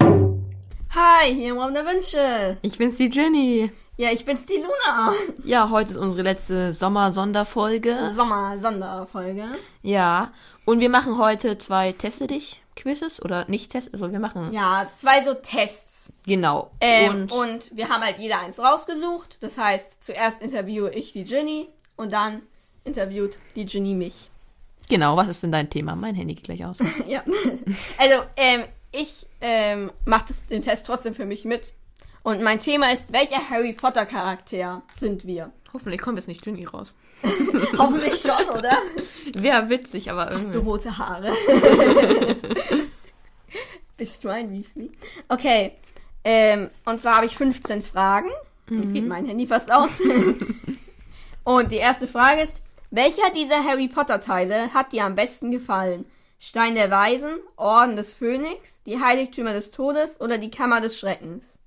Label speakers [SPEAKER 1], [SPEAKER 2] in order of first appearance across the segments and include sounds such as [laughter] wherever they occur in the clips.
[SPEAKER 1] Hi, hier im Raum der Wünsche.
[SPEAKER 2] Ich bin's, die Jenny.
[SPEAKER 1] Ja, ich bin's, die Luna.
[SPEAKER 2] Ja, heute ist unsere letzte Sommer-Sonderfolge.
[SPEAKER 1] Sommer-Sonderfolge.
[SPEAKER 2] Ja, und wir machen heute zwei Teste dich Quizzes oder nicht Tests, also wir machen
[SPEAKER 1] Ja, zwei so Tests.
[SPEAKER 2] genau.
[SPEAKER 1] Ähm, und,
[SPEAKER 2] und
[SPEAKER 1] wir haben halt jeder eins rausgesucht. Das heißt, zuerst interviewe ich die Ginny und dann interviewt die Ginny mich.
[SPEAKER 2] genau, was ist denn dein Thema? Mein Handy geht gleich aus.
[SPEAKER 1] [laughs] Ja. [laughs] Also, ähm, ich ähm, mache den Test trotzdem für mich mit. Und mein Thema ist, welcher Harry Potter Charakter sind [laughs] wir?
[SPEAKER 2] [laughs] Hoffentlich kommt jetzt nicht Jenny raus.
[SPEAKER 1] Hoffentlich schon, oder?
[SPEAKER 2] Wäre witzig, aber
[SPEAKER 1] Hast du
[SPEAKER 2] irgendwie.
[SPEAKER 1] rote
[SPEAKER 2] [laughs]
[SPEAKER 1] Haare? Bist du ein Weasley? Okay. Ähm, und zwar habe ich 15 Fragen.
[SPEAKER 2] Mhm.
[SPEAKER 1] Jetzt geht mein Handy fast
[SPEAKER 2] [laughs]
[SPEAKER 1] aus. und die erste Frage ist: Welcher dieser Harry Potter-Teile hat dir am besten gefallen? Stein der Weisen, Orden des Phönix, die Heiligtümer des Todes oder die Kammer des Schreckens?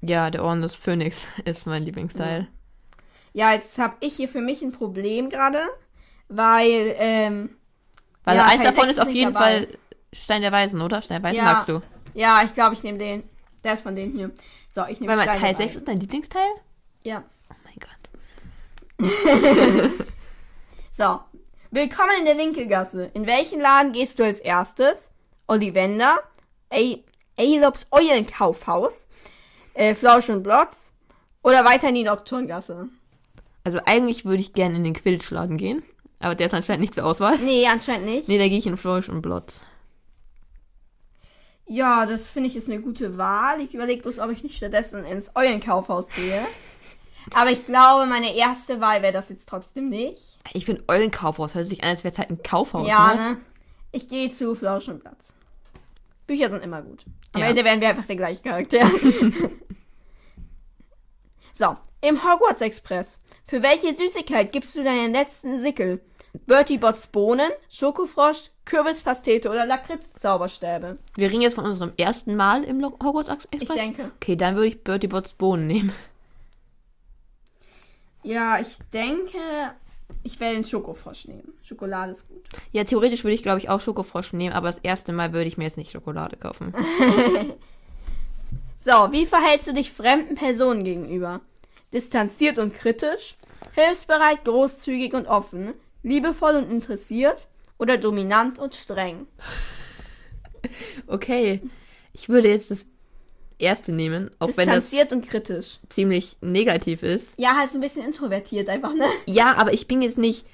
[SPEAKER 2] Ja, der Orden des Phönix [laughs] ist mein Lieblingsteil.
[SPEAKER 1] Ja, jetzt habe ich hier für mich ein Problem gerade, weil ähm,
[SPEAKER 2] Weil
[SPEAKER 1] Ja,
[SPEAKER 2] eins
[SPEAKER 1] Teil
[SPEAKER 2] davon
[SPEAKER 1] sechs
[SPEAKER 2] ist auf
[SPEAKER 1] ist
[SPEAKER 2] jeden
[SPEAKER 1] nicht dabei.
[SPEAKER 2] Fall Stein der Weisen, oder? Stein der Weisen
[SPEAKER 1] Ja.
[SPEAKER 2] magst du.
[SPEAKER 1] Ja, ich glaube, ich nehme den. Der ist von denen hier. So, ich nehme
[SPEAKER 2] Weil mein
[SPEAKER 1] Stein
[SPEAKER 2] Teil
[SPEAKER 1] dabei.
[SPEAKER 2] 6 ist dein Lieblingsteil?
[SPEAKER 1] Ja.
[SPEAKER 2] Oh mein Gott.
[SPEAKER 1] So. Willkommen in der Winkelgasse. In welchen Laden gehst du als erstes? Ollivander, A- Aelops Eulenkaufhaus, äh, Flausch und Blotz oder weiter in die Nocturngasse?
[SPEAKER 2] Also eigentlich würde ich gerne in den Quidditch-Laden gehen, aber der ist anscheinend nicht zur Auswahl.
[SPEAKER 1] Nee, anscheinend nicht.
[SPEAKER 2] Nee, da gehe ich in Florsch und Blotz.
[SPEAKER 1] Ja, das finde ich ist eine gute Wahl. Ich überlege bloß, ob ich nicht stattdessen ins Eulenkaufhaus gehe. [laughs] Aber ich glaube, meine erste Wahl wäre das jetzt trotzdem nicht.
[SPEAKER 2] Ich finde Eulenkaufhaus hört sich an, als wäre es halt ein Kaufhaus.
[SPEAKER 1] Ja,
[SPEAKER 2] ne?
[SPEAKER 1] ne? Ich gehe zu Flausch und Platz. Bücher sind immer gut. Am
[SPEAKER 2] Ja.
[SPEAKER 1] Ende werden wir einfach der gleiche [laughs] Charakter. so, im Hogwarts Express. Für welche Süßigkeit gibst du deinen letzten Sickel? Bertie Botts Bohnen, Schokofrosch, Kürbispastete oder Lakritz-Zauberstäbe?
[SPEAKER 2] Wir reden jetzt von unserem ersten Mal im Lo- Hogwarts Ex- Express.
[SPEAKER 1] denke.
[SPEAKER 2] Okay, dann würde ich Bertie Botts Bohnen nehmen. [laughs]
[SPEAKER 1] Ja, ich denke, ich werde den Schokofrosch nehmen. Schokolade ist gut.
[SPEAKER 2] Ja, theoretisch würde ich, glaube ich, auch Schokofrosch nehmen, aber das erste Mal würde ich mir jetzt nicht Schokolade [laughs] kaufen.
[SPEAKER 1] So, wie verhältst du dich fremden Personen gegenüber? Distanziert und kritisch, hilfsbereit, großzügig und offen, liebevoll und interessiert oder dominant und streng?
[SPEAKER 2] Okay, ich würde jetzt das erste nehmen, auch wenn das
[SPEAKER 1] Distanziert und kritisch.
[SPEAKER 2] ziemlich negativ ist.
[SPEAKER 1] Ja, halt so ein bisschen introvertiert einfach, ne?
[SPEAKER 2] Ja, aber ich bin jetzt nicht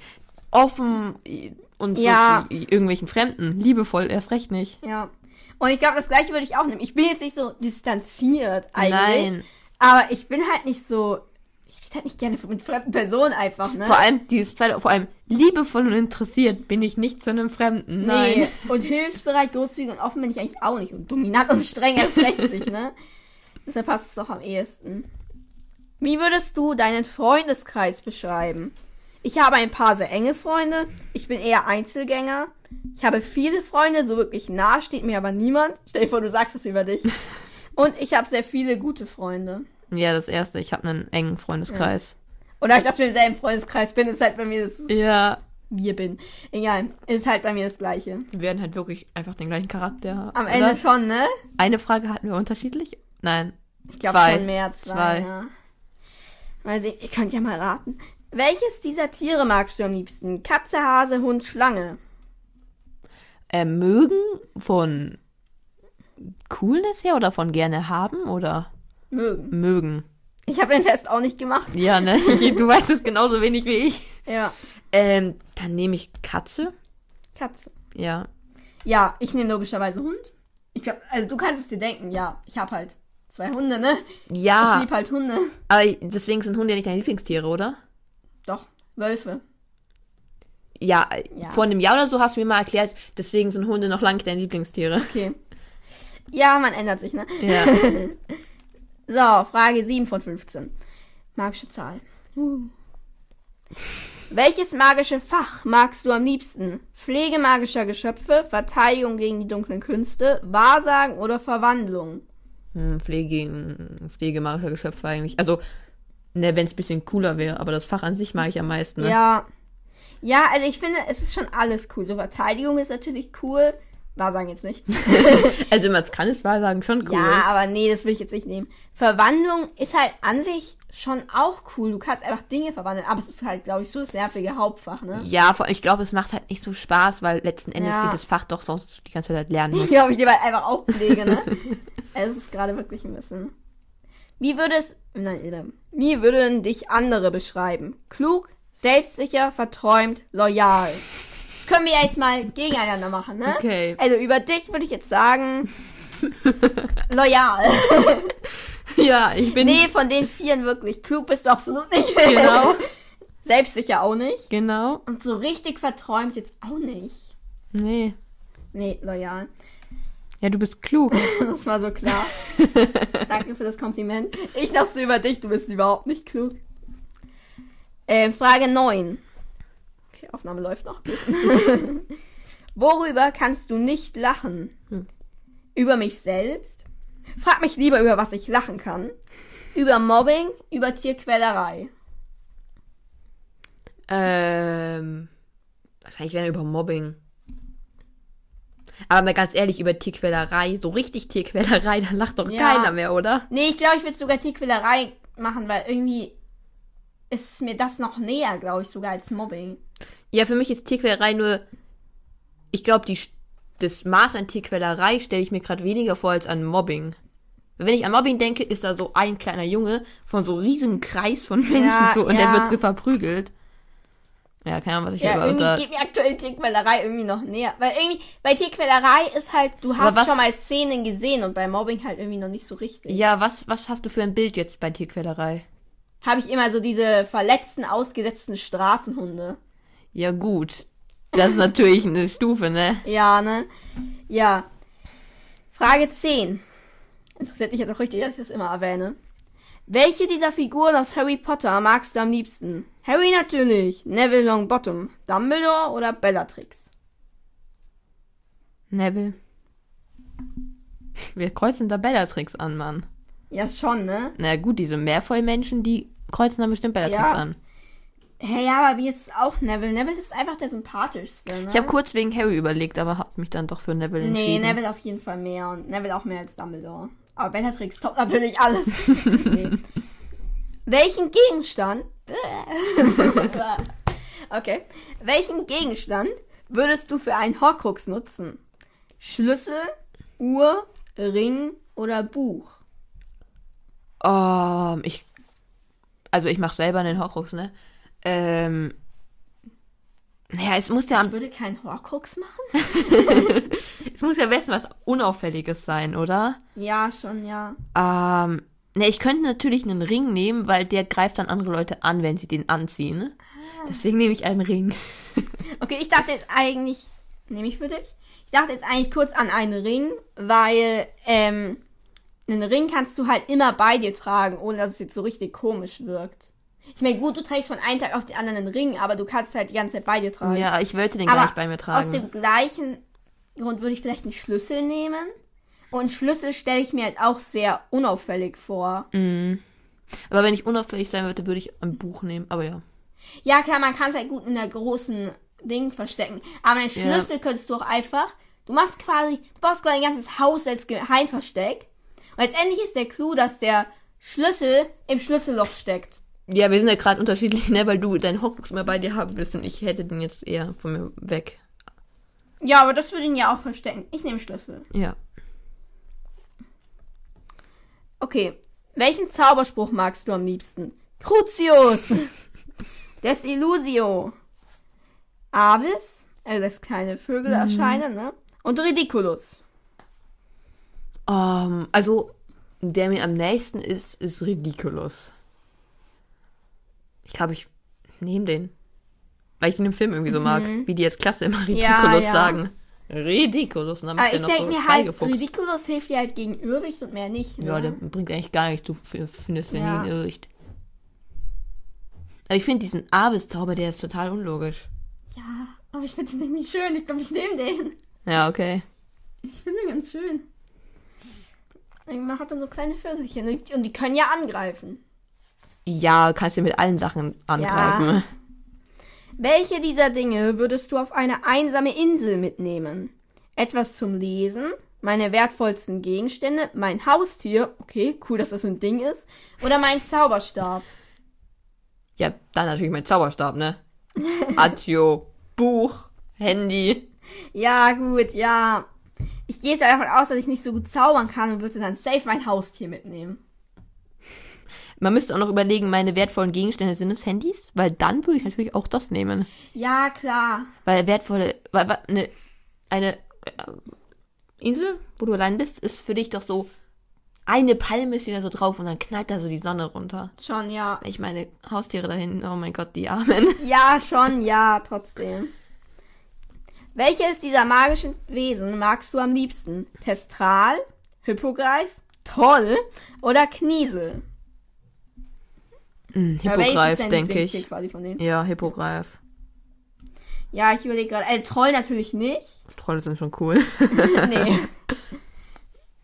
[SPEAKER 2] offen äh, und so
[SPEAKER 1] Ja.
[SPEAKER 2] zu irgendwelchen Fremden. Liebevoll, erst recht nicht.
[SPEAKER 1] [laughs] Ja. Und ich glaube, das gleiche würde ich auch nehmen. Ich bin jetzt nicht so distanziert eigentlich.
[SPEAKER 2] Nein.
[SPEAKER 1] Aber ich bin halt nicht so. Ich rede halt nicht gerne mit fremden Personen einfach, ne?
[SPEAKER 2] Vor allem dieses zweite, vor allem liebevoll und interessiert bin ich nicht zu einem Fremden. Nein.
[SPEAKER 1] Nee. Und hilfsbereit, großzügig und offen bin ich eigentlich auch nicht. Und dominant und streng erst recht nicht, ne? Deshalb passt es doch am ehesten. Wie würdest du deinen Freundeskreis beschreiben? Ich habe ein paar sehr enge Freunde. Ich bin eher Einzelgänger. Ich habe viele Freunde, so wirklich nah steht mir aber niemand. Stell dir vor, du sagst es über dich. Und ich habe sehr viele gute Freunde.
[SPEAKER 2] Ja, das erste. Ich habe einen engen Freundeskreis.
[SPEAKER 1] Und da ich das mit demselben Freundeskreis bin, ist halt bei mir das.
[SPEAKER 2] Ja.
[SPEAKER 1] Wir bin. Egal. Ist halt bei mir das Gleiche.
[SPEAKER 2] Wir werden halt wirklich einfach den gleichen Charakter haben.
[SPEAKER 1] Am Ende schon, ne?
[SPEAKER 2] Eine Frage hatten wir unterschiedlich? Nein.
[SPEAKER 1] Ich glaube
[SPEAKER 2] Zwei.
[SPEAKER 1] schon mehr zwei.
[SPEAKER 2] Zwei.
[SPEAKER 1] Ja. Mal sehen, ihr könnt ja mal raten. Welches dieser Tiere magst du am liebsten? Katze, Hase, Hund, Schlange?
[SPEAKER 2] Äh, mögen von Coolness her oder von gerne haben oder
[SPEAKER 1] Mögen.
[SPEAKER 2] mögen?
[SPEAKER 1] Ich habe den Test auch nicht gemacht.
[SPEAKER 2] Ja, [laughs] ne? du weißt es genauso wenig wie ich.
[SPEAKER 1] Ja,
[SPEAKER 2] Ähm, dann nehme ich Katze.
[SPEAKER 1] Katze.
[SPEAKER 2] Ja.
[SPEAKER 1] Ja, ich nehme logischerweise Hund. Ich glaube, also du kannst es dir denken, ja. Ich habe halt zwei Hunde, ne? Ich
[SPEAKER 2] Ja,
[SPEAKER 1] liebe halt Hunde.
[SPEAKER 2] aber ich- deswegen sind Hunde ja nicht deine Lieblingstiere, oder?
[SPEAKER 1] Doch, Wölfe.
[SPEAKER 2] Ja,
[SPEAKER 1] Ja.
[SPEAKER 2] vor einem Jahr oder so hast du mir mal erklärt, deswegen sind Hunde noch lange nicht deine Lieblingstiere.
[SPEAKER 1] Okay. Ja, man ändert sich, ne?
[SPEAKER 2] Ja.
[SPEAKER 1] So, Frage 7 von 15. Magische Zahl. Uh. Welches magische Fach magst du am liebsten? Pflege magischer Geschöpfe, Verteidigung gegen die dunklen Künste, Wahrsagen oder Verwandlung?
[SPEAKER 2] [laughs] Hm, Pflege, hm, pflegemagischer Geschöpfe eigentlich. Also, ne, wenn es ein bisschen cooler wäre, aber das Fach an sich mag ich am meisten. Ne?
[SPEAKER 1] Ja. Ja, also ich finde, es ist schon alles cool. So Verteidigung ist natürlich cool. Wahrsagen jetzt
[SPEAKER 2] [laughs]
[SPEAKER 1] nicht.
[SPEAKER 2] Also man kann es wahr sagen, schon cool.
[SPEAKER 1] Ja, aber nee, das will ich jetzt nicht nehmen. Verwandlung ist halt an sich schon auch cool. Du kannst einfach Dinge verwandeln, aber es ist halt, glaube ich, so das nervige Hauptfach, ne?
[SPEAKER 2] Ja, vor allem, ich glaube, es macht halt nicht so Spaß, weil letzten Endes
[SPEAKER 1] Ja.
[SPEAKER 2] die das Fach doch sonst die ganze Zeit
[SPEAKER 1] [laughs]
[SPEAKER 2] halt lernen
[SPEAKER 1] Ich
[SPEAKER 2] muss.
[SPEAKER 1] glaube, ich nehme halt einfach auch Pflege,
[SPEAKER 2] [laughs]
[SPEAKER 1] ne? es ist gerade wirklich ein bisschen. Wie würde es. Nein, Ida. Wie würden dich andere beschreiben? Klug, selbstsicher, verträumt, loyal. Das können wir ja jetzt mal gegeneinander machen, ne?
[SPEAKER 2] Okay.
[SPEAKER 1] Also über dich würde ich jetzt sagen.
[SPEAKER 2] [laughs]
[SPEAKER 1] loyal.
[SPEAKER 2] Ja, ich bin
[SPEAKER 1] Nee, von den Vieren wirklich. Klug bist du absolut nicht.
[SPEAKER 2] Genau.
[SPEAKER 1] [laughs] Selbstsicher auch nicht.
[SPEAKER 2] genau.
[SPEAKER 1] Und so richtig verträumt jetzt auch nicht.
[SPEAKER 2] Nee.
[SPEAKER 1] Nee, loyal.
[SPEAKER 2] Ja, du bist klug.
[SPEAKER 1] Das war so klar. Danke für das Kompliment. Ich dachte über dich, du bist überhaupt nicht klug. Äh, Frage 9. Okay, Aufnahme läuft noch. Gut. Worüber kannst du nicht lachen?
[SPEAKER 2] Hm.
[SPEAKER 1] Über mich selbst? Frag mich lieber, über was ich lachen kann. Über Mobbing, über Tierquälerei.
[SPEAKER 2] ähm, wahrscheinlich wäre über Mobbing. Aber mal ganz ehrlich, über Tierquälerei, so richtig Tierquälerei, [laughs] da lacht doch
[SPEAKER 1] Ja.
[SPEAKER 2] keiner mehr, oder?
[SPEAKER 1] Nee, ich glaube, ich würde sogar Tierquälerei machen, weil irgendwie ist mir das noch näher, glaube ich, sogar als Mobbing.
[SPEAKER 2] Ja, für mich ist Tierquälerei nur. Ich glaube, die, das Maß an Tierquälerei stelle ich mir gerade weniger vor als an Mobbing. Wenn ich an Mobbing denke, ist da so ein kleiner Junge von so riesen Kreis von Menschen
[SPEAKER 1] Ja,
[SPEAKER 2] so und
[SPEAKER 1] ja.
[SPEAKER 2] der wird so verprügelt. Ja, keine Ahnung, was ich
[SPEAKER 1] Ja,
[SPEAKER 2] über
[SPEAKER 1] irgendwie
[SPEAKER 2] unter.
[SPEAKER 1] geht mir aktuell Tierquälerei irgendwie noch näher. Weil irgendwie, bei Tierquälerei ist halt, du hast
[SPEAKER 2] was-
[SPEAKER 1] schon mal Szenen gesehen und bei Mobbing halt irgendwie noch nicht so richtig.
[SPEAKER 2] Ja, was, was hast du für ein Bild jetzt bei Tierquälerei?
[SPEAKER 1] Habe ich immer so diese verletzten, ausgesetzten Straßenhunde.
[SPEAKER 2] Ja, gut. Das ist natürlich eine Stufe, ne?
[SPEAKER 1] Ja, ne? Ja. Frage 10. Interessiert dich jetzt auch richtig, dass ich das immer erwähne. Welche dieser Figuren aus Harry Potter magst du am liebsten? Harry natürlich, Neville Longbottom, Dumbledore oder Bellatrix?
[SPEAKER 2] Neville. Wir kreuzen da Bellatrix an, Mann.
[SPEAKER 1] Ja, schon, ne?
[SPEAKER 2] Na gut, diese Malfoy-Menschen, die kreuzen da bestimmt Bellatrix
[SPEAKER 1] Ja.
[SPEAKER 2] an.
[SPEAKER 1] Hey, ja, aber wie ist es auch Neville? Neville ist einfach der sympathischste, ne?
[SPEAKER 2] Ich habe kurz wegen Harry überlegt, aber habe mich dann doch für Neville
[SPEAKER 1] Nee,
[SPEAKER 2] entschieden.
[SPEAKER 1] Neville auf jeden Fall mehr und Neville auch mehr als Dumbledore. Aber Bellatrix toppt natürlich [laughs] alles. nee. Welchen Gegenstand? [laughs] okay. Welchen Gegenstand würdest du für einen Horcrux nutzen? Schlüssel, Uhr, Ring oder Buch?
[SPEAKER 2] Oh, ich. Also ich mache selber einen Horcrux, ne? Ähm. Naja, es muss ja,
[SPEAKER 1] Ich würde keinen Horcrux machen?
[SPEAKER 2] es muss ja besten was Unauffälliges sein, oder?
[SPEAKER 1] Ja, schon, ja.
[SPEAKER 2] Ähm. Ne, ich könnte natürlich einen Ring nehmen, weil der greift dann andere Leute an, wenn sie den anziehen. Deswegen nehme ich einen Ring.
[SPEAKER 1] Okay, ich dachte jetzt eigentlich, nehme ich für dich? Ich dachte jetzt eigentlich kurz an einen Ring, weil ähm, einen Ring kannst du halt immer bei dir tragen, ohne dass es jetzt so richtig komisch wirkt. Ich meine, gut, du trägst von einem Tag auf den anderen einen Ring, aber du kannst halt die ganze Zeit bei dir tragen.
[SPEAKER 2] Ja, ich wollte den
[SPEAKER 1] aber
[SPEAKER 2] gleich bei mir
[SPEAKER 1] aus
[SPEAKER 2] tragen.
[SPEAKER 1] dem gleichen Grund würde ich vielleicht einen Schlüssel nehmen. Und einen Schlüssel stelle ich mir halt auch sehr unauffällig vor.
[SPEAKER 2] Aber wenn ich unauffällig sein würde, würde ich ein Buch nehmen. Aber ja.
[SPEAKER 1] Ja, klar, man kann es halt gut in der großen Ding verstecken. Aber den Schlüssel könntest du auch einfach. Du machst quasi, du baust quasi ein ganzes Haus als Geheimversteck. Und letztendlich ist der Clou, dass der Schlüssel im Schlüsselloch steckt.
[SPEAKER 2] Ja, wir sind ja gerade unterschiedlich, [laughs] ne? Weil du deinen Horcrux immer bei dir haben willst und ich hätte den jetzt eher von mir weg.
[SPEAKER 1] Ja, aber das würde ihn ja auch verstecken. Ich nehme Schlüssel.
[SPEAKER 2] Ja.
[SPEAKER 1] Okay. Welchen Zauberspruch magst du am liebsten? [laughs] Crucius! Desillusio! Avis, also das kleine Vögel erscheinen, ne? Und Ridiculus.
[SPEAKER 2] Ähm, also, der mir am nächsten ist, ist Ridiculous. Ich glaube, ich nehme den. Weil ich ihn im Film irgendwie so mag. Wie die jetzt klasse immer Ridiculous
[SPEAKER 1] Mhm. Ja, ja.
[SPEAKER 2] sagen. Ridiculous. Und dann macht
[SPEAKER 1] Aber
[SPEAKER 2] der
[SPEAKER 1] ich
[SPEAKER 2] noch so
[SPEAKER 1] denke mir halt,
[SPEAKER 2] Schweigefuchs.
[SPEAKER 1] Ridiculous hilft dir halt gegen Irrwicht und mehr nicht. Ne?
[SPEAKER 2] Ja, der bringt eigentlich gar nichts. Du f- findest den
[SPEAKER 1] Ja.
[SPEAKER 2] nie in Irrlicht. Aber ich finde diesen Avis-Zauber, der ist total unlogisch.
[SPEAKER 1] ja aber ich finde den irgendwie schön. Ich glaube, ich nehme den.
[SPEAKER 2] Ja, okay.
[SPEAKER 1] Ich finde den ganz schön. Man hat dann so kleine Vögelchen und die- und die können ja angreifen.
[SPEAKER 2] Ja, kannst du mit allen Sachen angreifen.
[SPEAKER 1] Welche dieser Dinge würdest du auf eine einsame Insel mitnehmen? Etwas zum Lesen, meine wertvollsten Gegenstände, mein Haustier, okay, cool, dass das so ein Ding ist, oder mein Zauberstab?
[SPEAKER 2] Ja, dann natürlich mein
[SPEAKER 1] [laughs]
[SPEAKER 2] Zauberstab, ne? Adjo, Buch, Handy.
[SPEAKER 1] Ja, gut, ja. Ich gehe jetzt davon aus, dass ich nicht so gut zaubern kann und würde dann safe mein Haustier mitnehmen.
[SPEAKER 2] Man müsste auch noch überlegen, meine wertvollen Gegenstände sind es Handys, weil dann würde ich natürlich auch das nehmen.
[SPEAKER 1] Ja, klar.
[SPEAKER 2] Weil wertvolle, weil, weil eine, eine äh, Insel, wo du allein bist, ist für dich doch so, eine Palme steht da so drauf und dann knallt da so die Sonne runter.
[SPEAKER 1] Schon, ja.
[SPEAKER 2] Ich meine, Haustiere da hinten, oh mein Gott, die Armen.
[SPEAKER 1] Ja, schon, ja, trotzdem. Welches dieser magischen Wesen magst du am liebsten? Testral, Hippogreif, Troll oder Kniesel?
[SPEAKER 2] Hm,
[SPEAKER 1] [laughs] Ja, welches
[SPEAKER 2] Hippogreif,
[SPEAKER 1] ist dein
[SPEAKER 2] denke
[SPEAKER 1] Lieblingstier
[SPEAKER 2] ich.
[SPEAKER 1] Quasi von denen?
[SPEAKER 2] Ja, Hippogreif.
[SPEAKER 1] Ja, ich überlege gerade. Äh, Troll natürlich
[SPEAKER 2] [laughs]
[SPEAKER 1] nicht.
[SPEAKER 2] Trolle sind schon cool.
[SPEAKER 1] nee.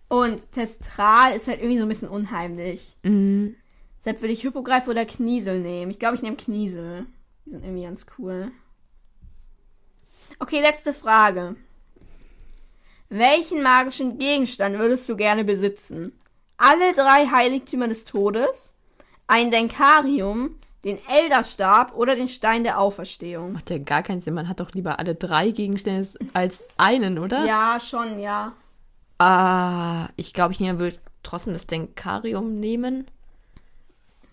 [SPEAKER 1] Und Testral ist halt irgendwie so ein bisschen unheimlich.
[SPEAKER 2] Mhm.
[SPEAKER 1] Deshalb würde ich Hippogreif oder Kniesel nehmen. Ich glaube, ich nehme Kniesel. Die sind irgendwie ganz cool. Okay, letzte Frage. Welchen magischen Gegenstand würdest du gerne besitzen? Alle drei Heiligtümer des Todes, ein Denkarium, den Elderstab oder den Stein der Auferstehung?
[SPEAKER 2] Macht ja gar keinen Sinn. Man hat doch lieber alle drei Gegenstände als einen, oder?
[SPEAKER 1] Ja, schon, ja.
[SPEAKER 2] Ah, ich glaube, ich nehme, würde trotzdem das Denkarium nehmen.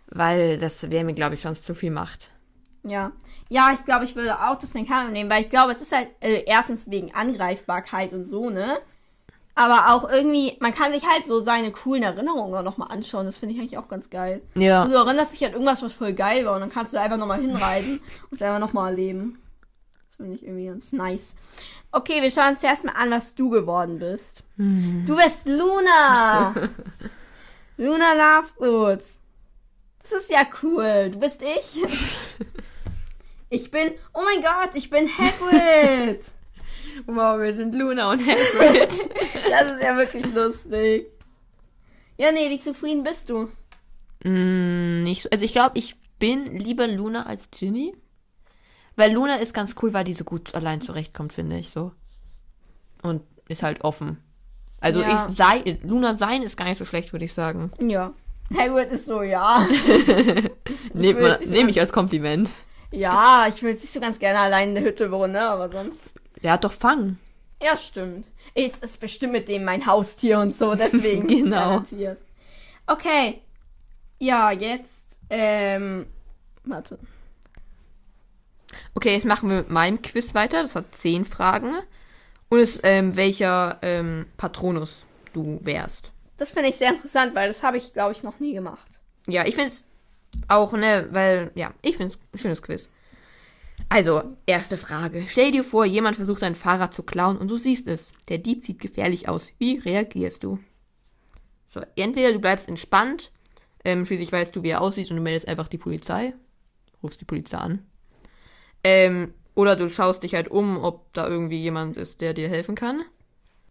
[SPEAKER 2] Weil das wäre mir, glaube ich, sonst zu viel Macht.
[SPEAKER 1] Ja. Ja, ich glaube, ich würde auch das Denkarium nehmen, weil ich glaube, es ist halt äh, erstens wegen Angreifbarkeit und so, ne? Aber auch irgendwie, man kann sich halt so seine coolen Erinnerungen auch nochmal anschauen. Das finde ich eigentlich auch ganz geil.
[SPEAKER 2] Ja.
[SPEAKER 1] Du erinnerst dich an irgendwas, was voll geil war und dann kannst du da einfach nochmal
[SPEAKER 2] [laughs]
[SPEAKER 1] hinreisen und es einfach nochmal erleben. Das finde ich irgendwie ganz nice. Okay, wir schauen uns zuerst mal an, was du geworden bist.
[SPEAKER 2] Hm.
[SPEAKER 1] Du bist
[SPEAKER 2] [laughs]
[SPEAKER 1] Luna! Luna Lovegood. Das ist ja cool. Du bist ich.
[SPEAKER 2] [laughs]
[SPEAKER 1] Ich bin, oh mein Gott, ich bin Hagrid.
[SPEAKER 2] [laughs] Wow, wir sind Luna und Hagrid.
[SPEAKER 1] Das ist ja wirklich lustig. Ja, nee, wie zufrieden bist du?
[SPEAKER 2] mm, nicht so, also ich glaube, ich bin lieber Luna als Ginny. Weil Luna ist ganz cool, weil die so gut allein zurechtkommt, finde ich so. Und ist halt offen. Also
[SPEAKER 1] Ja.
[SPEAKER 2] ich sei, Luna sein ist gar nicht so schlecht, würde ich sagen.
[SPEAKER 1] Ja. Hagrid ist so, ja.
[SPEAKER 2] Nehme
[SPEAKER 1] will jetzt nicht
[SPEAKER 2] nehm ich als Kompliment.
[SPEAKER 1] Ja, ich will jetzt nicht so ganz gerne allein in der Hütte wohnen, ne? Aber sonst.
[SPEAKER 2] Der hat doch Fang.
[SPEAKER 1] Ja, stimmt. Jetzt ist bestimmt mit dem mein Haustier und so, deswegen.
[SPEAKER 2] Genau.
[SPEAKER 1] Garantiert. Okay. Ja, jetzt. Ähm. Warte.
[SPEAKER 2] Okay, jetzt machen wir mit meinem Quiz weiter. Das hat zehn Fragen. Und es, ähm, welcher ähm, Patronus du wärst.
[SPEAKER 1] Das finde ich sehr interessant, weil das habe ich, glaube ich, noch nie gemacht.
[SPEAKER 2] Ja, ich find's auch, ne, weil, ja, ich find's ein schönes Quiz. Also, erste Frage. Stell dir vor, jemand versucht dein Fahrrad zu klauen und du siehst es. Der Dieb sieht gefährlich aus. Wie reagierst du? So, entweder du bleibst entspannt, ähm, schließlich weißt du, wie er aussieht und du meldest einfach die Polizei. Rufst die Polizei an. Ähm, oder du schaust dich halt um, ob da irgendwie jemand ist, der dir helfen kann.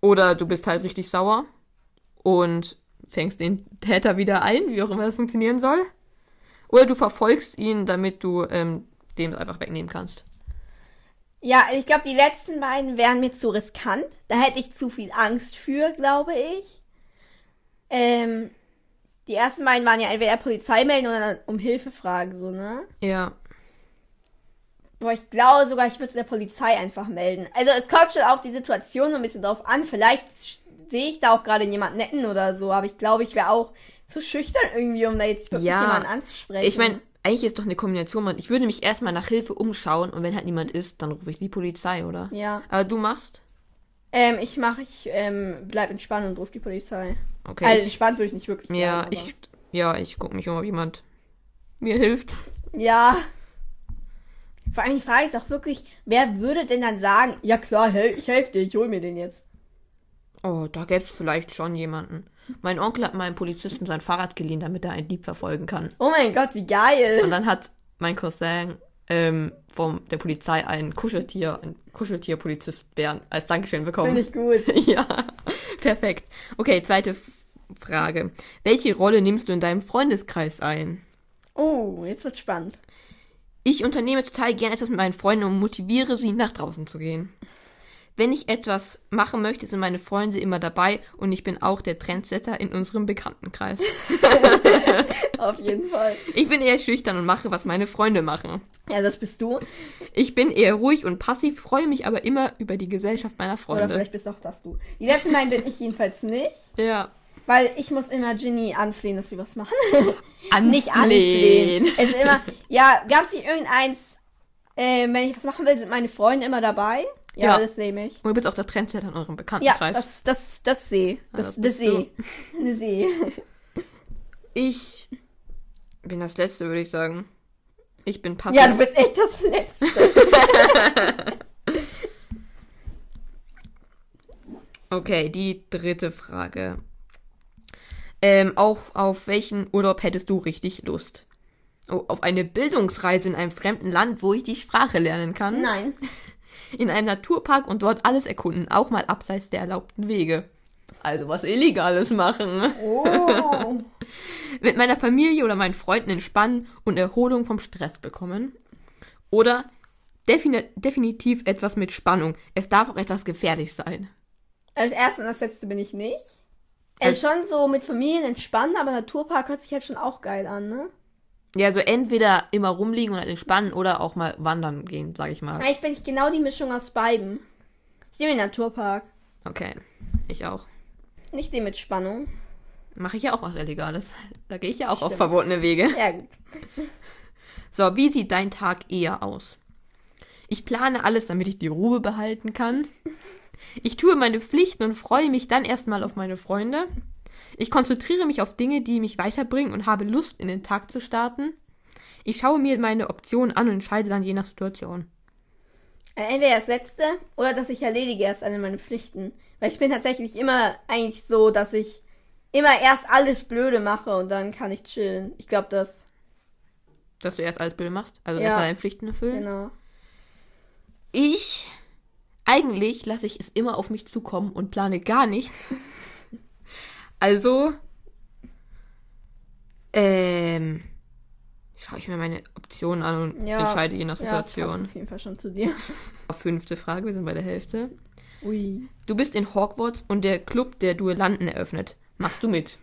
[SPEAKER 2] Oder du bist halt richtig sauer und fängst den Täter wieder ein, wie auch immer das funktionieren soll. Oder du verfolgst ihn, damit du ähm, dem einfach wegnehmen kannst.
[SPEAKER 1] Ja, ich glaube, die letzten beiden wären mir zu riskant. Da hätte ich zu viel Angst für, glaube ich. Ähm. Die ersten beiden waren ja entweder Polizei melden oder dann um Hilfe fragen, so, ne?
[SPEAKER 2] Ja.
[SPEAKER 1] Boah, ich glaube sogar, ich würde es der Polizei einfach melden. Also es kommt schon auf die Situation so ein bisschen drauf an. Vielleicht sch- sehe ich da auch gerade jemanden netten oder so, aber ich glaube, ich wäre auch zu schüchtern irgendwie, um da jetzt wirklich
[SPEAKER 2] Ja.
[SPEAKER 1] jemanden anzusprechen.
[SPEAKER 2] Ich meine, eigentlich ist doch eine Kombination. Man, ich würde mich erstmal nach Hilfe umschauen und wenn halt niemand ist, dann rufe ich die Polizei, oder?
[SPEAKER 1] Ja.
[SPEAKER 2] Aber du machst?
[SPEAKER 1] Ähm, ich mache, ich ähm, bleib entspannt und ruf die Polizei.
[SPEAKER 2] Okay.
[SPEAKER 1] Also
[SPEAKER 2] ich,
[SPEAKER 1] entspannt würde ich nicht wirklich bleiben,
[SPEAKER 2] ja,
[SPEAKER 1] aber-
[SPEAKER 2] ich, ja, ich gucke mich um, ob jemand mir hilft.
[SPEAKER 1] Ja. Vor allem die Frage ist auch wirklich, wer würde denn dann sagen, ja klar, hel ich helfe dir, ich hol mir den jetzt.
[SPEAKER 2] Oh, da gäbe es vielleicht schon jemanden. Mein Onkel hat meinem Polizisten sein Fahrrad geliehen, damit er einen Dieb verfolgen kann.
[SPEAKER 1] Oh mein Gott, wie geil.
[SPEAKER 2] Und dann hat mein Cousin ähm, von der Polizei ein Kuscheltier, ein Kuscheltierpolizistbären als Dankeschön bekommen.
[SPEAKER 1] Finde
[SPEAKER 2] [laughs]
[SPEAKER 1] ich gut.
[SPEAKER 2] ja, perfekt. Okay, zweite F Frage. Welche Rolle nimmst du in deinem Freundeskreis ein?
[SPEAKER 1] Oh, jetzt wird spannend.
[SPEAKER 2] Ich unternehme total gern etwas mit meinen Freunden und motiviere sie, nach draußen zu gehen. Wenn ich etwas machen möchte, sind meine Freunde immer dabei und ich bin auch der Trendsetter in unserem Bekanntenkreis.
[SPEAKER 1] Auf jeden Fall.
[SPEAKER 2] Ich bin eher schüchtern und mache, was meine Freunde machen.
[SPEAKER 1] Ja, das bist du.
[SPEAKER 2] Ich bin eher ruhig und passiv, freue mich aber immer über die Gesellschaft meiner
[SPEAKER 1] Oder
[SPEAKER 2] Freunde.
[SPEAKER 1] vielleicht bist auch das du. Die letzten beiden bin ich jedenfalls nicht.
[SPEAKER 2] Ja.
[SPEAKER 1] Weil ich muss immer Ginny anflehen, dass wir was machen.
[SPEAKER 2] Anflehen.
[SPEAKER 1] Ah, nicht anflehen. Es ist immer, ja, gab's nicht irgendeins, ähm, wenn ich was machen will, sind meine Freunde immer dabei. Ja,
[SPEAKER 2] Ja.
[SPEAKER 1] das nehme ich.
[SPEAKER 2] Und du bist auch der Trendsetter in eurem
[SPEAKER 1] Ja,
[SPEAKER 2] Bekanntenkreis.
[SPEAKER 1] das, das, das sehe. Das,
[SPEAKER 2] das
[SPEAKER 1] das
[SPEAKER 2] bist
[SPEAKER 1] sehe. Das sehe.
[SPEAKER 2] ich bin das Letzte, würde ich sagen. Ich bin passiv.
[SPEAKER 1] Ja, du bist echt das Letzte.
[SPEAKER 2] [laughs] Okay, die dritte Frage. Ähm, auch auf welchen Urlaub hättest du richtig Lust? Oh, auf eine Bildungsreise in einem fremden Land, wo ich die Sprache lernen kann?
[SPEAKER 1] Nein.
[SPEAKER 2] In einem Naturpark und dort alles erkunden, auch mal abseits der erlaubten Wege. Also was Illegales machen.
[SPEAKER 1] Oh.
[SPEAKER 2] [laughs] Mit meiner Familie oder meinen Freunden entspannen und Erholung vom Stress bekommen. Oder defini definitiv etwas mit Spannung. Es darf auch etwas gefährlich sein.
[SPEAKER 1] Als erste und als letzte bin ich nicht. Äh,
[SPEAKER 2] Als-
[SPEAKER 1] schon so mit Familien entspannen, aber Naturpark hört sich halt schon auch geil an, ne?
[SPEAKER 2] Ja, also entweder immer rumliegen und halt entspannen oder auch mal wandern gehen, sag ich mal.
[SPEAKER 1] Eigentlich bin ich genau die Mischung aus beiden. Ich nehme den Naturpark,
[SPEAKER 2] Okay, ich auch.
[SPEAKER 1] nicht den mit Spannung.
[SPEAKER 2] Mache ich ja auch was Illegales. Da gehe ich ja auch auf
[SPEAKER 1] Stimmt.
[SPEAKER 2] verbotene Wege.
[SPEAKER 1] Ja, gut.
[SPEAKER 2] So, wie sieht dein Tag eher aus? Ich plane alles, damit ich die Ruhe behalten kann. Ich tue meine Pflichten und freue mich dann erstmal auf meine Freunde. Ich konzentriere mich auf Dinge, die mich weiterbringen und habe Lust, in den Tag zu starten. Ich schaue mir meine Optionen an und entscheide dann je nach Situation.
[SPEAKER 1] Äh, Entweder das letzte oder dass ich erledige erst alle meine Pflichten. Weil ich bin tatsächlich immer eigentlich so, dass ich immer erst alles Blöde mache und dann kann ich chillen. Ich glaube das.
[SPEAKER 2] Dass du erst alles Bild machst, also
[SPEAKER 1] Ja.
[SPEAKER 2] erstmal deine Pflichten erfüllen.
[SPEAKER 1] Genau.
[SPEAKER 2] Ich eigentlich lasse ich es immer auf mich zukommen und plane gar nichts. Also ähm schaue ich mir meine Optionen an und
[SPEAKER 1] Ja.
[SPEAKER 2] entscheide je nach
[SPEAKER 1] Ja, das passt
[SPEAKER 2] Situation.
[SPEAKER 1] auf jeden Fall schon zu
[SPEAKER 2] [laughs]
[SPEAKER 1] dir.
[SPEAKER 2] Fünfte Frage, wir sind bei der Hälfte.
[SPEAKER 1] Ui.
[SPEAKER 2] Du bist in Hogwarts und der Club der Duellanten eröffnet. Machst du mit?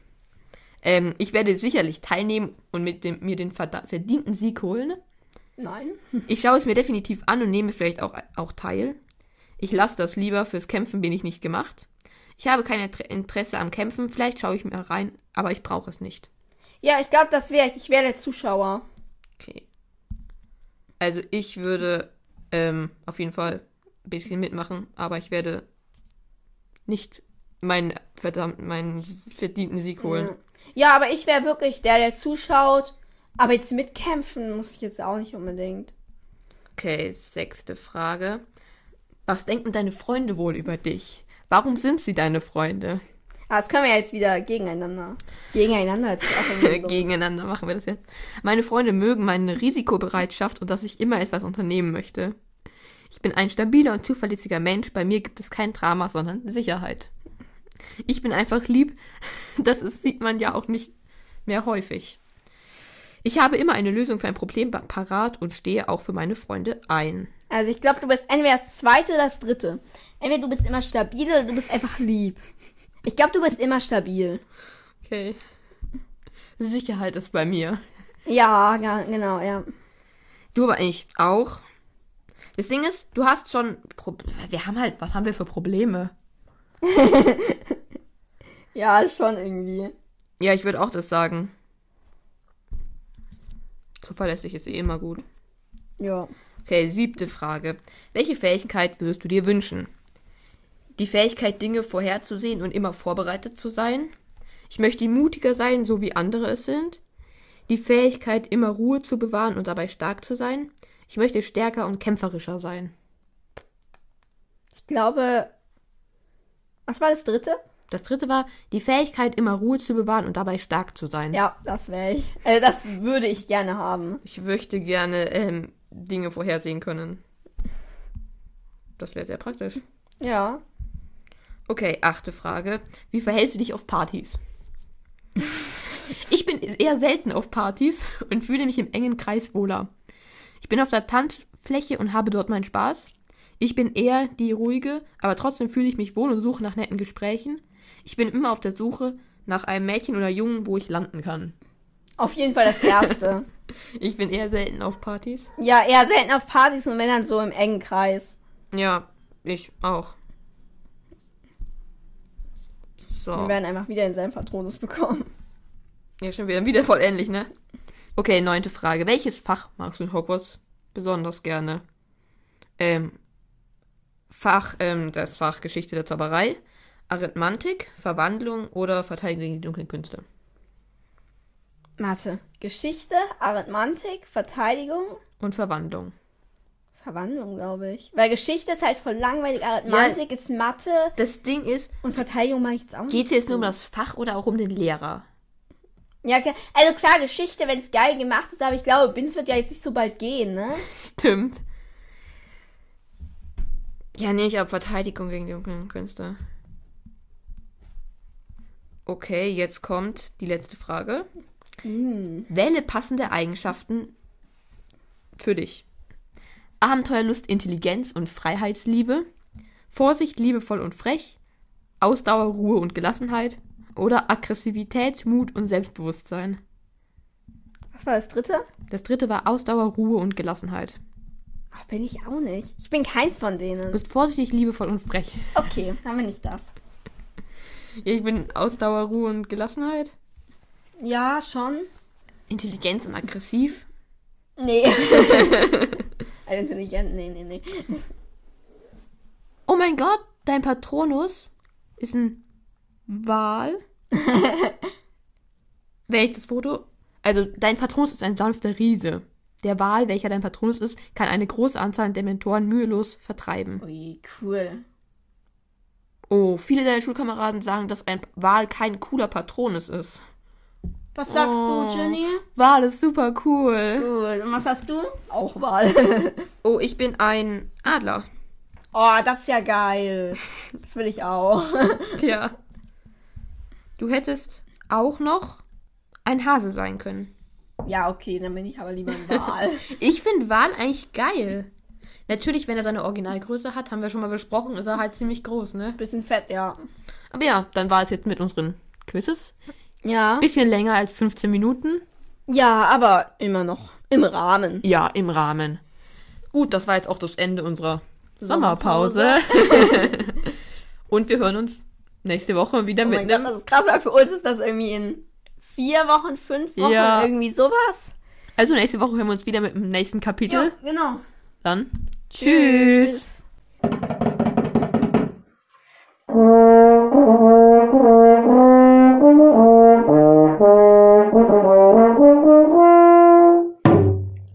[SPEAKER 2] Ähm, ich werde sicherlich teilnehmen und mit dem, mir den verda- verdienten Sieg holen.
[SPEAKER 1] Nein.
[SPEAKER 2] Ich schaue es mir definitiv an und nehme vielleicht auch, auch teil. Ich lasse das lieber, fürs Kämpfen bin ich nicht gemacht. Ich habe kein Inter- Interesse am Kämpfen, vielleicht schaue ich mir rein, aber ich brauche es nicht.
[SPEAKER 1] Ja, ich glaube, das wäre ich. Ich wäre der Zuschauer.
[SPEAKER 2] Okay. Also ich würde ähm, auf jeden Fall ein bisschen mitmachen, aber ich werde nicht meinen verdammt meinen verdienten Sieg holen.
[SPEAKER 1] Ja, aber ich wäre wirklich der, der zuschaut. Aber jetzt mitkämpfen muss ich jetzt auch nicht unbedingt.
[SPEAKER 2] Okay, sechste Frage. Was denken deine Freunde wohl über dich? Warum sind sie deine Freunde?
[SPEAKER 1] Ah, das können wir jetzt wieder gegeneinander. Gegeneinander jetzt auch
[SPEAKER 2] Äh,
[SPEAKER 1] irgendwie so.
[SPEAKER 2] [laughs] gegeneinander machen wir das jetzt. Meine Freunde mögen meine Risikobereitschaft und dass ich immer etwas unternehmen möchte. Ich bin ein stabiler und zuverlässiger Mensch. Bei mir gibt es kein Drama, sondern Sicherheit. Ich bin einfach lieb. [laughs] Das ist, sieht man ja auch nicht mehr häufig. Ich habe immer eine Lösung für ein Problem pa- parat und stehe auch für meine Freunde ein.
[SPEAKER 1] Also ich glaube, du bist entweder das zweite oder das dritte. Entweder du bist immer stabil oder du bist einfach lieb. Ich glaube, du bist immer stabil.
[SPEAKER 2] Okay. Sicherheit ist bei mir.
[SPEAKER 1] Ja, ja, genau, ja.
[SPEAKER 2] Du aber ich auch. Das Ding ist, du hast schon. Pro wir haben halt, was haben wir für Probleme?
[SPEAKER 1] Ja, schon irgendwie.
[SPEAKER 2] Ja, ich würde auch das sagen. Zuverlässig ist eh immer gut.
[SPEAKER 1] Ja.
[SPEAKER 2] Okay, siebte Frage. Welche Fähigkeit würdest du dir wünschen? Die Fähigkeit, Dinge vorherzusehen und immer vorbereitet zu sein. Ich möchte mutiger sein, so wie andere es sind. Die Fähigkeit, immer Ruhe zu bewahren und dabei stark zu sein. Ich möchte stärker und kämpferischer sein.
[SPEAKER 1] Ich glaube. Was war das dritte?
[SPEAKER 2] Das dritte war, die Fähigkeit, immer Ruhe zu bewahren und dabei stark zu sein.
[SPEAKER 1] Ja, das wäre ich. Äh, das würde ich gerne haben.
[SPEAKER 2] Ich möchte gerne ähm, Dinge vorhersehen können. Das wäre sehr praktisch.
[SPEAKER 1] Ja.
[SPEAKER 2] Okay, achte Frage. Wie verhältst du dich auf Partys? Ich bin eher selten auf Partys und fühle mich im engen Kreis wohler. Ich bin auf der Tanzfläche und habe dort meinen Spaß. Ich bin eher die ruhige, aber trotzdem fühle ich mich wohl und suche nach netten Gesprächen. Ich bin immer auf der Suche nach einem Mädchen oder Jungen, wo ich landen kann.
[SPEAKER 1] Auf jeden Fall das Erste.
[SPEAKER 2] Ich bin eher selten auf Partys.
[SPEAKER 1] ja, eher selten auf Partys und wenn dann so im engen Kreis.
[SPEAKER 2] Ja, ich auch.
[SPEAKER 1] Wir
[SPEAKER 2] So.
[SPEAKER 1] werden einfach wieder denselben Patronus bekommen.
[SPEAKER 2] Ja, schon wieder, wieder voll ähnlich, ne? Okay, neunte Frage. Welches Fach magst du in Hogwarts besonders gerne? Ähm, Fach, ähm, das Fach Geschichte der Zauberei, Arithmantik, Verwandlung oder Verteidigung gegen die dunklen Künste.
[SPEAKER 1] Mathe. Geschichte, Arithmantik, Verteidigung,
[SPEAKER 2] Und Verwandlung.
[SPEAKER 1] Verwandlung, glaube ich. Weil Geschichte ist halt voll langweilig, Arithmantik ist Mathe
[SPEAKER 2] Das Ding ist,
[SPEAKER 1] und Verteidigung mache ich jetzt auch nicht.
[SPEAKER 2] geht es jetzt nur um das Fach oder auch um den Lehrer?
[SPEAKER 1] Ja, klar. Also klar, Geschichte, wenn es geil gemacht ist, aber ich glaube, Bins wird ja jetzt nicht so bald gehen, ne?
[SPEAKER 2] Stimmt. Ja, nee, ich habe Verteidigung gegen die dunklen Künste. Okay, jetzt kommt die letzte Frage. Wähle passende Eigenschaften für dich. Abenteuerlust, Intelligenz und Freiheitsliebe. Vorsicht, liebevoll und frech. Ausdauer, Ruhe und Gelassenheit. Oder Aggressivität, Mut und Selbstbewusstsein.
[SPEAKER 1] Was war das dritte?
[SPEAKER 2] Das dritte war Ausdauer, Ruhe und Gelassenheit.
[SPEAKER 1] Ach, Ah, bin ich auch nicht. Ich bin keins von
[SPEAKER 2] Du
[SPEAKER 1] denen.
[SPEAKER 2] bist vorsichtig, liebevoll und frech.
[SPEAKER 1] Okay, haben wir nicht das.
[SPEAKER 2] Ich bin Ausdauer, Ruhe und Gelassenheit.
[SPEAKER 1] Ja, schon.
[SPEAKER 2] Intelligenz und aggressiv.
[SPEAKER 1] [laughs] Nee. also intelligent, nee, nee, nee.
[SPEAKER 2] Oh mein Gott, dein Patronus ist ein Wal. [laughs] Welches Foto? Also, dein Patronus ist ein sanfter Riese. Der Wal, welcher dein Patronus ist, kann eine große Anzahl an Dementoren mühelos vertreiben.
[SPEAKER 1] Ui, cool.
[SPEAKER 2] Oh, viele deiner Schulkameraden sagen, dass ein Wal kein cooler Patronus ist.
[SPEAKER 1] Was sagst
[SPEAKER 2] Oh.
[SPEAKER 1] du, Jenny?
[SPEAKER 2] Wal ist super cool.
[SPEAKER 1] Gut, und was hast du? Auch mal. [laughs]
[SPEAKER 2] Oh, ich bin ein Adler.
[SPEAKER 1] oh, das ist ja geil. Das will ich auch. [laughs]
[SPEAKER 2] Tja. [laughs] Du hättest auch noch ein Hase sein können.
[SPEAKER 1] ja, okay, dann bin ich aber lieber ein
[SPEAKER 2] [laughs]
[SPEAKER 1] Wal.
[SPEAKER 2] Ich finde Wal eigentlich geil. Natürlich, wenn er seine Originalgröße hat, haben wir schon mal besprochen, ist er halt ziemlich groß, ne?
[SPEAKER 1] Bisschen fett, ja.
[SPEAKER 2] Aber ja, dann war es jetzt mit unseren Quizzes.
[SPEAKER 1] Ja.
[SPEAKER 2] Bisschen länger als 15 Minuten.
[SPEAKER 1] Ja, aber immer noch im Rahmen.
[SPEAKER 2] Ja, im Rahmen. Gut, das war jetzt auch das Ende unserer Sommerpause.
[SPEAKER 1] Sommerpause.
[SPEAKER 2] [laughs] Und wir hören uns nächste Woche wieder
[SPEAKER 1] Oh
[SPEAKER 2] mit
[SPEAKER 1] mein Gott,
[SPEAKER 2] einem
[SPEAKER 1] das ist krass, weil für uns ist das irgendwie in vier Wochen, fünf Wochen,
[SPEAKER 2] Ja.
[SPEAKER 1] irgendwie sowas.
[SPEAKER 2] Also nächste Woche hören wir uns wieder mit dem nächsten Kapitel.
[SPEAKER 1] genau.
[SPEAKER 2] Dann tschüss.